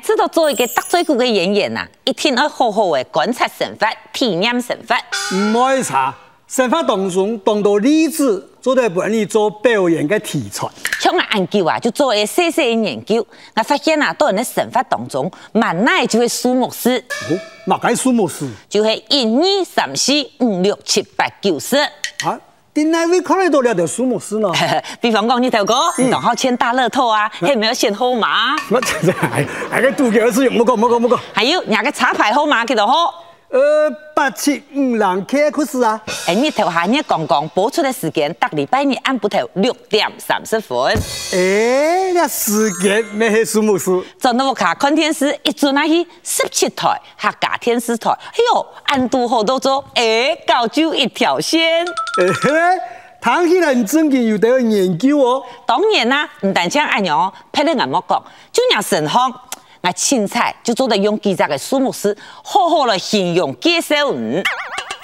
知道做一个得罪过嘅演员啊，一定要好好嘅观察身法、体验身法。唔爱查，生活当中当到例子，做得本你做表演嘅题材。像我研究啊，就做一些些研究，我发现啊，到人的身法当中，蛮耐就会数目字，哦，哪解数目是？就会一二三四五六七八九十。 啊，点解会看得到了条数目是呢？比方讲，你头哥，你当好签大乐透啊，还没有限号码啊，我真系，系个杜嘅事，唔好讲，唔好讲，唔好讲。还有人个查牌号码几多好？呃，八七五零 K 可是啊，哎，你头下日刚刚播出的时间，得礼拜日按部头六点三十分。诶，那时间咩系数目是？真的我看看电视，一转那去十七台客家电视台，哎呦，安度好多种，哎，搞就一条线。诶嘿，听起来你真嘅有得研究哦。当然啦、唔但像安样，拍得眼么讲，就让沈康，我青菜就做得用记者的数目师，好好的形容介绍嗯你。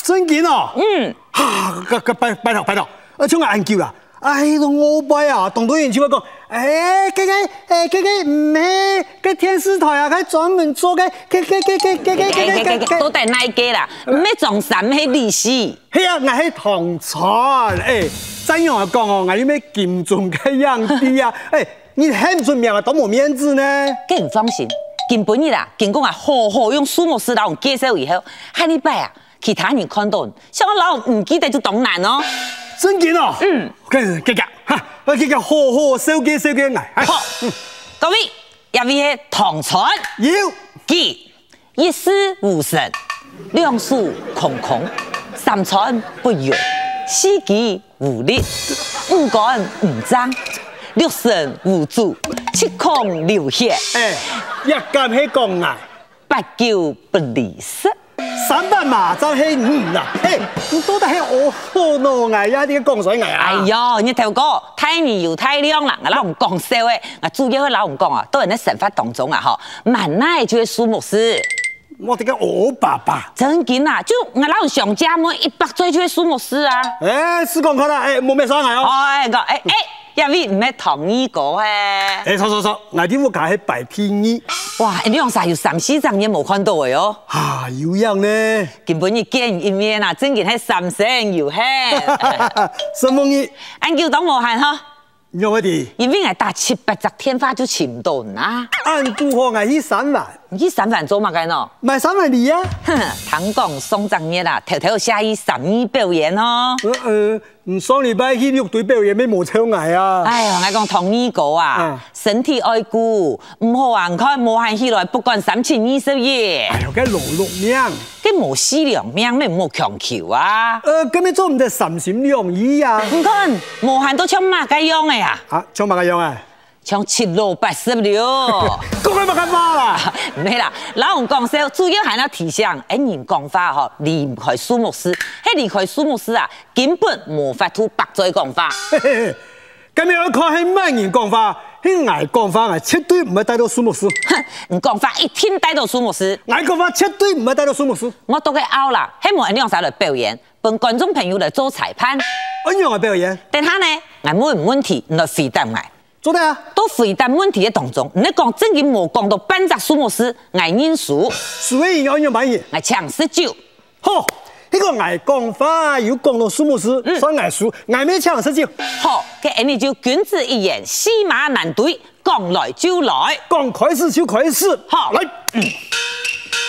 真嘅哦。嗯。啊，个个拜拜头拜头，啊，像我研究啦。哎，那我拜啊，同到研究我讲，诶，嗰个诶，嗰个唔系个电视台啊，佢专门做嘅，嘅嘅嘅嘅嘅嘅嘅嘅都。得那一个啦，唔要装三迄历史。系啊，我喺唐哎山，诶，真用嚟講哦，我啲咩嚴重嘅樣啲啊， 诶，你睇唔出面啊，多冇面子呢？更唔放心，根本日啦，经过啊好好用数目师老人介绍以后，下礼拜啊，其他人看到，像我老人唔记得就当然咯。真嘅哦，嗯，跟跟跟，哈，我跟跟好好收機收機哎嚟，好，各位，因为唐传要记一事无成，两数空空，三传不圆，四己无力，五官唔张，六神无主，七孔流血，诶，哎一間喺講啊，八九不离十。三百麻就喺五啦，诶，你都得喺我好咯，我呀啲講水我哎啊，呦，你头哥太年又太亮啦！我老公讲笑诶，我主要去老公讲啊，都人咧神法当中啊吼，蛮耐就会数目师。我哋嘅我爸爸，真紧啊，就我老公上家门一百岁就会数目师啊。诶，試講下啦，诶，冇咩生涯哦。哎个 哎哎，因为唔系唐衣哥诶。诶，錯錯錯，我啲屋企喺白天衣，哇，你用啥有三四张嘢冇看到嘅哟，啊，有樣呢。根本你见一面啊，真件系三声 又嘿。什么意？俺叫当无限吼，有乜嘢？因为我打七八十天花就请唔到人啊。按顾客危去三万，你三饭做嘛嘅喏？买三万你啊？哼，唐讲送正日啦，头头下衣十二表演哦。呃呃，唔上禮拜去肉隊表演咩冇抽危啊？哎呀，我讲唐二哥嗯啊，身體愛顧，唔好啊，看無限起來，不管三千二十一，哎呦，嘅勞碌命，佢無死良命，咩冇強求啊？呃，今日做唔得三心兩意啊？唔看無限都像乜嘅樣嘅啊？啊，像乜嘅樣啊？像七老八十 了。講佢乜嘅話啦？唔係啦，老人講笑，主要係那提醒，哎，人講法吼，離唔開數目師，迄離開數目師啊，根本無法度白再講法。 嘿嘿嘿今日我看係乜人講法，係危講法啊，絕對唔係帶到數目師，哼，你講法一天帶到數目師。危講法絕對唔係帶到數目師，我都去拗啦，希望你用啥来表演，本观众朋友来做裁判。一樣嘅表演，等下呢，我问问题，你来回答我。做得啊？到回答问题的当中，你讲正经无讲到半只数目师，我认输，所以要一樣扮演。我抢十九。好，呢個危講法要講到數目師，所以危輸，危咩搶實招？好，嘅你就君子一言，驷马难追，讲来就来。刚开始就开始，好来，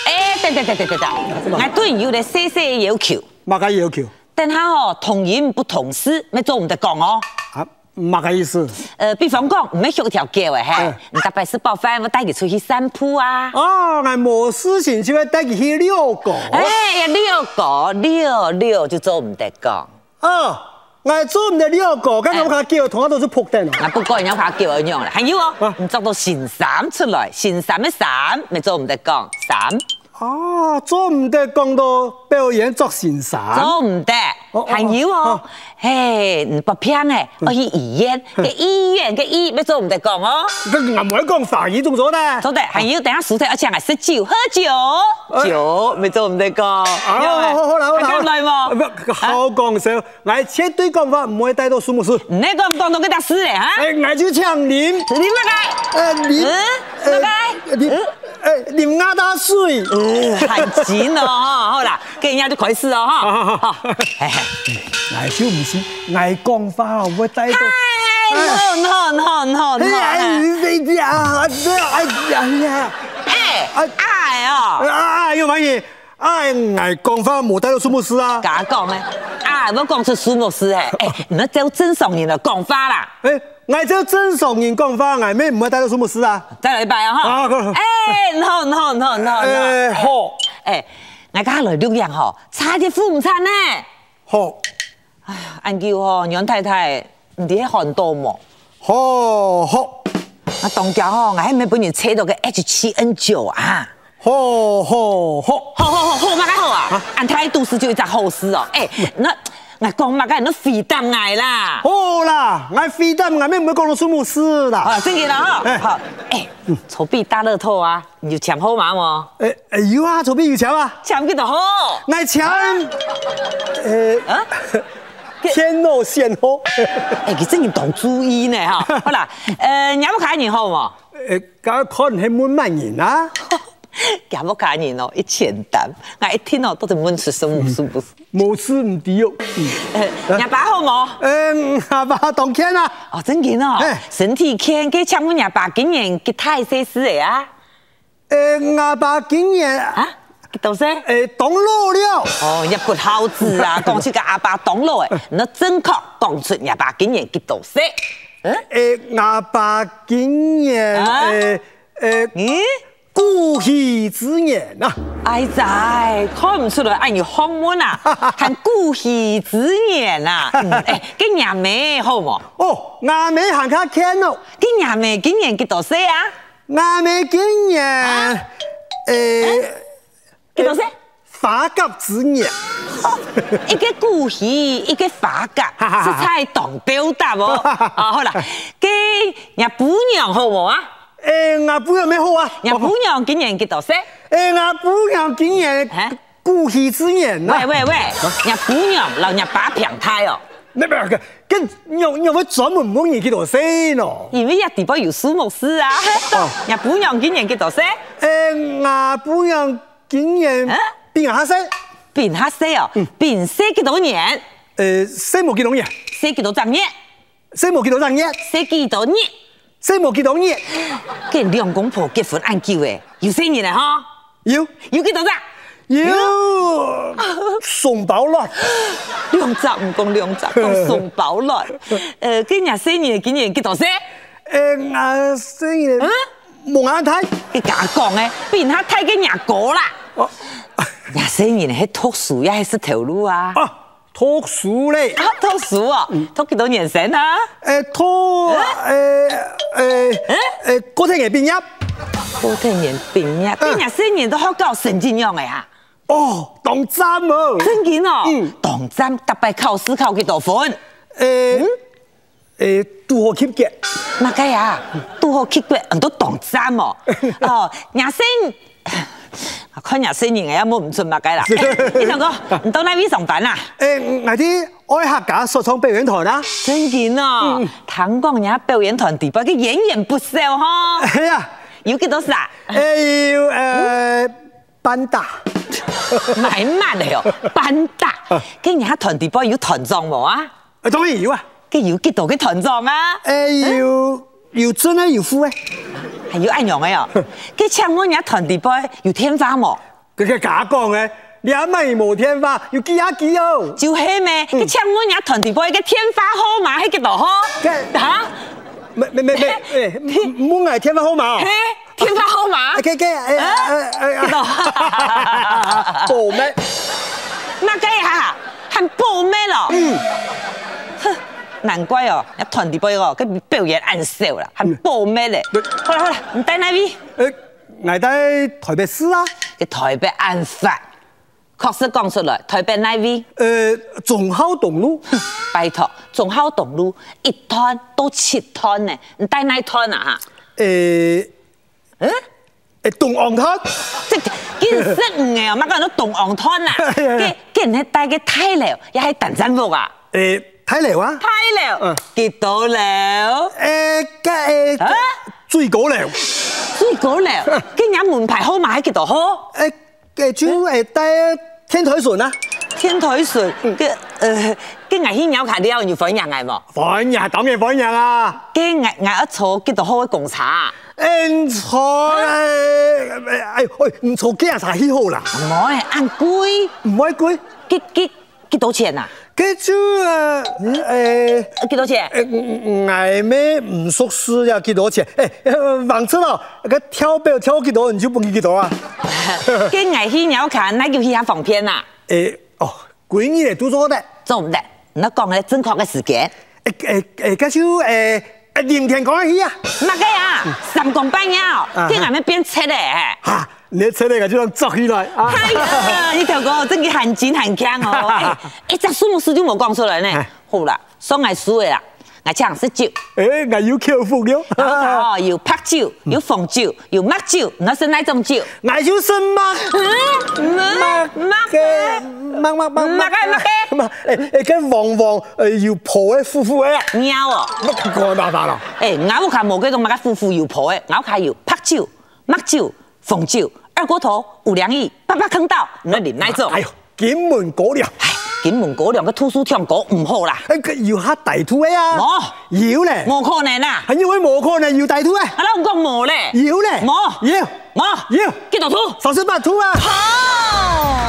哎，等等等等等等，我对你有咧细细的要求。乜嘅要求？等下哦，同人不同事，咪做唔得讲哦。啊，乜嘅意思？呃，比方讲，唔系学条街嘅嘿嗯，你搭白食饱饭，我带你出去散步啊。啊，我冇事情就要带佢去遛狗。哎呀，遛狗遛遛就做唔得讲，啊，我做唔到遛狗，咁我睇叫同我都是扑定我不過人家怕叫我樣啦。還有哦啊，唔做到新衫出來，新衫嘅衫咪做唔得講，衫啊，做唔到講到表演作先生。做唔得哦哦。還有哦哦，嘿，唔不偏誒，我去醫院嘅醫院嘅醫咪做唔得講哦，咁我唔可以講繁語中咗呢。做得。還有等下薯仔我請人食酒喝酒，酒咪做唔得講。啊，好好啦，好啦，咁耐啊好啦冇？不好講笑，我絕對講法唔會帶到數目哎師。你講唔講到佢搭屎嚟嚇？誒，我就搶你。哎你乜嘢？誒，你嗯，拜拜。你嗯诶，林鸭大水，很急呢哈，好啦，跟人家就开始哦哈，啊好，嘿嘿。爱笑唔是爱讲话，我带到。哎，no no no no 哎 no，呀，你这啊，哎呀呀，哎，哎哦，啊，又玩嘢，哎，爱讲话冇带到什么事啊？甲我讲诶，啊，要讲出苏牧师诶，哎，你那走正常人的讲法啦，哎，俺这正常人讲话，俺咩唔会带到什么事啊？再来一摆啊哈，哎，no no no no 哎， no，好，哎，我家来六样吼，差啲父母餐呢，好，按叫吼，杨太太唔伫喺寒度么？好，好，啊，当家吼，我喺咪本人扯到个 H 七 N 九啊。好，好，好，好好好好，嘛该好啊！俺太都市就一只好事哦。哎，那俺讲嘛该，那肥蛋矮啦。好啦，俺非但俺咩唔会讲到什么事啦。好，真给了 哈。哎好，哎，筹备大乐透啊，你就抢好嘛么？哎哎，有啊，左边有钱啊，抢几多好？俺钱，呃，啊？天路线好。哎，佮真个懂注意呢 哈。好啦，呃，你要看你好么？诶，哎搞可能系满慢人啊，也不看你哦，一千单，俺一听哦都是问出什么是不是？无事唔得哟。哎，廿八好么？嗯，阿爸当天啊，哦，真紧哦，身体健，佮抢阮廿八，今年佮太细事的啊诶，哎阿爸竟然啊，都是。诶挡路了，哦，一骨孝子 啊，讲出个阿爸挡路诶，那正确讲出阿爸竟然几多岁？嗯，诶，阿爸竟啊然诶诶咦，顾喜之啊言呐，哎仔，看唔出来，哎你好闷啊，还顾喜之言啊，嗯哎，跟娘妹好冇？哦，阿妹行卡看哦，跟娘妹今年几多岁啊？阿妹竟然诶几多岁？哦法甲之言，一个顾喜，一个法甲，哈哈是哈太懂表达哦。啊，好啦，跟人姑娘好冇啊？诶，阿姑有咩好啊？人姑娘今年几多岁？诶，阿姑娘竟然顾喜之啊言呐啊喂。喂喂，人姑娘老人把平胎哦。那边个跟有有冇专门问人去多先哦咯？因为也地方有苏牧师啊，日本人今年几多岁？诶，牙本人竟啊然比牙黑西，变黑岁哦，变岁几多年？诶，西冇几多嘢，岁几多张年？西冇几多人嘢，岁几多年？西冇几多嘢，跟两公婆结婚按久诶，有四年了哈，有有几多张？有送包咯，两集唔讲两集，讲宋宝 来。呃，跟人四年今年几多岁？诶，牙西啊人冇眼睇，你假讲诶，变他太跟人哥啦。哦廿四年迄读书也是头路啊，啊，托书咧啊，读书哦，读几多年生啊？诶，托诶诶诶，嗰天嘅变一，高听人病啊呀，病呀，四年都好搞神经样诶啊！哦，当真哦。真紧哦嗯，当真特别靠思考去多分。诶诶，拄好吸嘅，那个呀，拄好去过很多当真哦。哦，廿四，我看廿四年个也冇唔准嘛个啦。你同我，你到哪边上班啦？诶，我啲愛客家说唱表演台啦，真紧哦，唐光人家表演团地方，佢演员不少哈。係啊，有几多啥？诶要诶班打，买慢的哟，班大。跟人家团地方有团长冇啊？誒當然要啊，佢有几多个团长啊？诶要要真咧要副咧，还有安样的哟。佢像我人家团地方有天花冇？佢嘅假講嘅，你阿咪無天花，要記下記哦，就係咩？佢請我也團地波，嘅天花號碼喺幾度呵？嘅嚇？咪咪咪咪誒，唔唔係天花好嘛嘿？，天花號碼？嘅嘅誒誒誒 誒，報咩？乜雞嚇？係報咩咯？嗯。難怪哦，一團地波哦，佢表演暗笑啦，係報咩咧對？好啦好啦，唔帶那邊誒，捱低台北市啦，嘅台北暗法，確實講出來，台北那邊。誒仲孝東路。拜託，仲孝東路一攤到七攤呢，唔帶那攤啊嚇？誒嗯，誒東昂塔，即見識唔嘅，乜講都動昂攤 啊！嘅嘅人係帶嘅太流，又係鄧振福啊！誒睇嚟話，嗯 太流，見到了，誒嘅誒啊最高了。最高了，今年门牌号码喺几多号？诶诶，主诶带天台船啊，天台水呃嘅诶，嘅牙先有卡啲有啊要粉人嚟冇？反人当然反人啊。嘅牙牙一坐几多号嘅共茶？嗯，错诶诶诶，喂，哎唔錯，幾日才起好啦，唔好係按貴，唔愛貴。幾幾幾多錢啊？呃佢主啊，诶幾多 錢？诶，捱咩唔熟事要幾多錢？誒，忘出咯，佢跳表跳幾多你就不記幾多啊？跟牙去鳥看，那叫去下防騙啊！誒，哦，鬼你嚟讀咗的。做唔得，你講嘅正確嘅時間，誒誒誒，佢主誒誒，連田講起啊，乜嘅啊？三更半夜哦啊，跟牙咩變七 咧？嚇，你出嚟嘅就當作起來啊。哎呀，你條哥真嘅很錢很強 哦！哎，隻數目字就冇講出來呢哎。好啦，啊雙眼輸嘅啦，牙槍識酒，誒，我有口福 了。然後哦，又拍酒，嗯又放酒，又抹酒，我是哪種酒？我就什麼？嗯，抹抹嘅嘅。乜乜乜乜誒誒，跟黃黃誒要破誒呼呼誒，喵哦！乜講大大啦？哎，我看冇嗰种物嘅夫妇有婆的，我看有白酒、墨酒、红酒、二锅头、五粮液、八八坑道，我啉哪种？哎呦，金門果料，唉，金门嗰两个吐书唱歌唔好啦，哦哎佢要黑大肚嘅啊！冇要咧，冇可能啦！係因為冇可能要大肚嘅，阿老公冇咧，要咧，冇要冇要几多吐？十四八肚啊！好。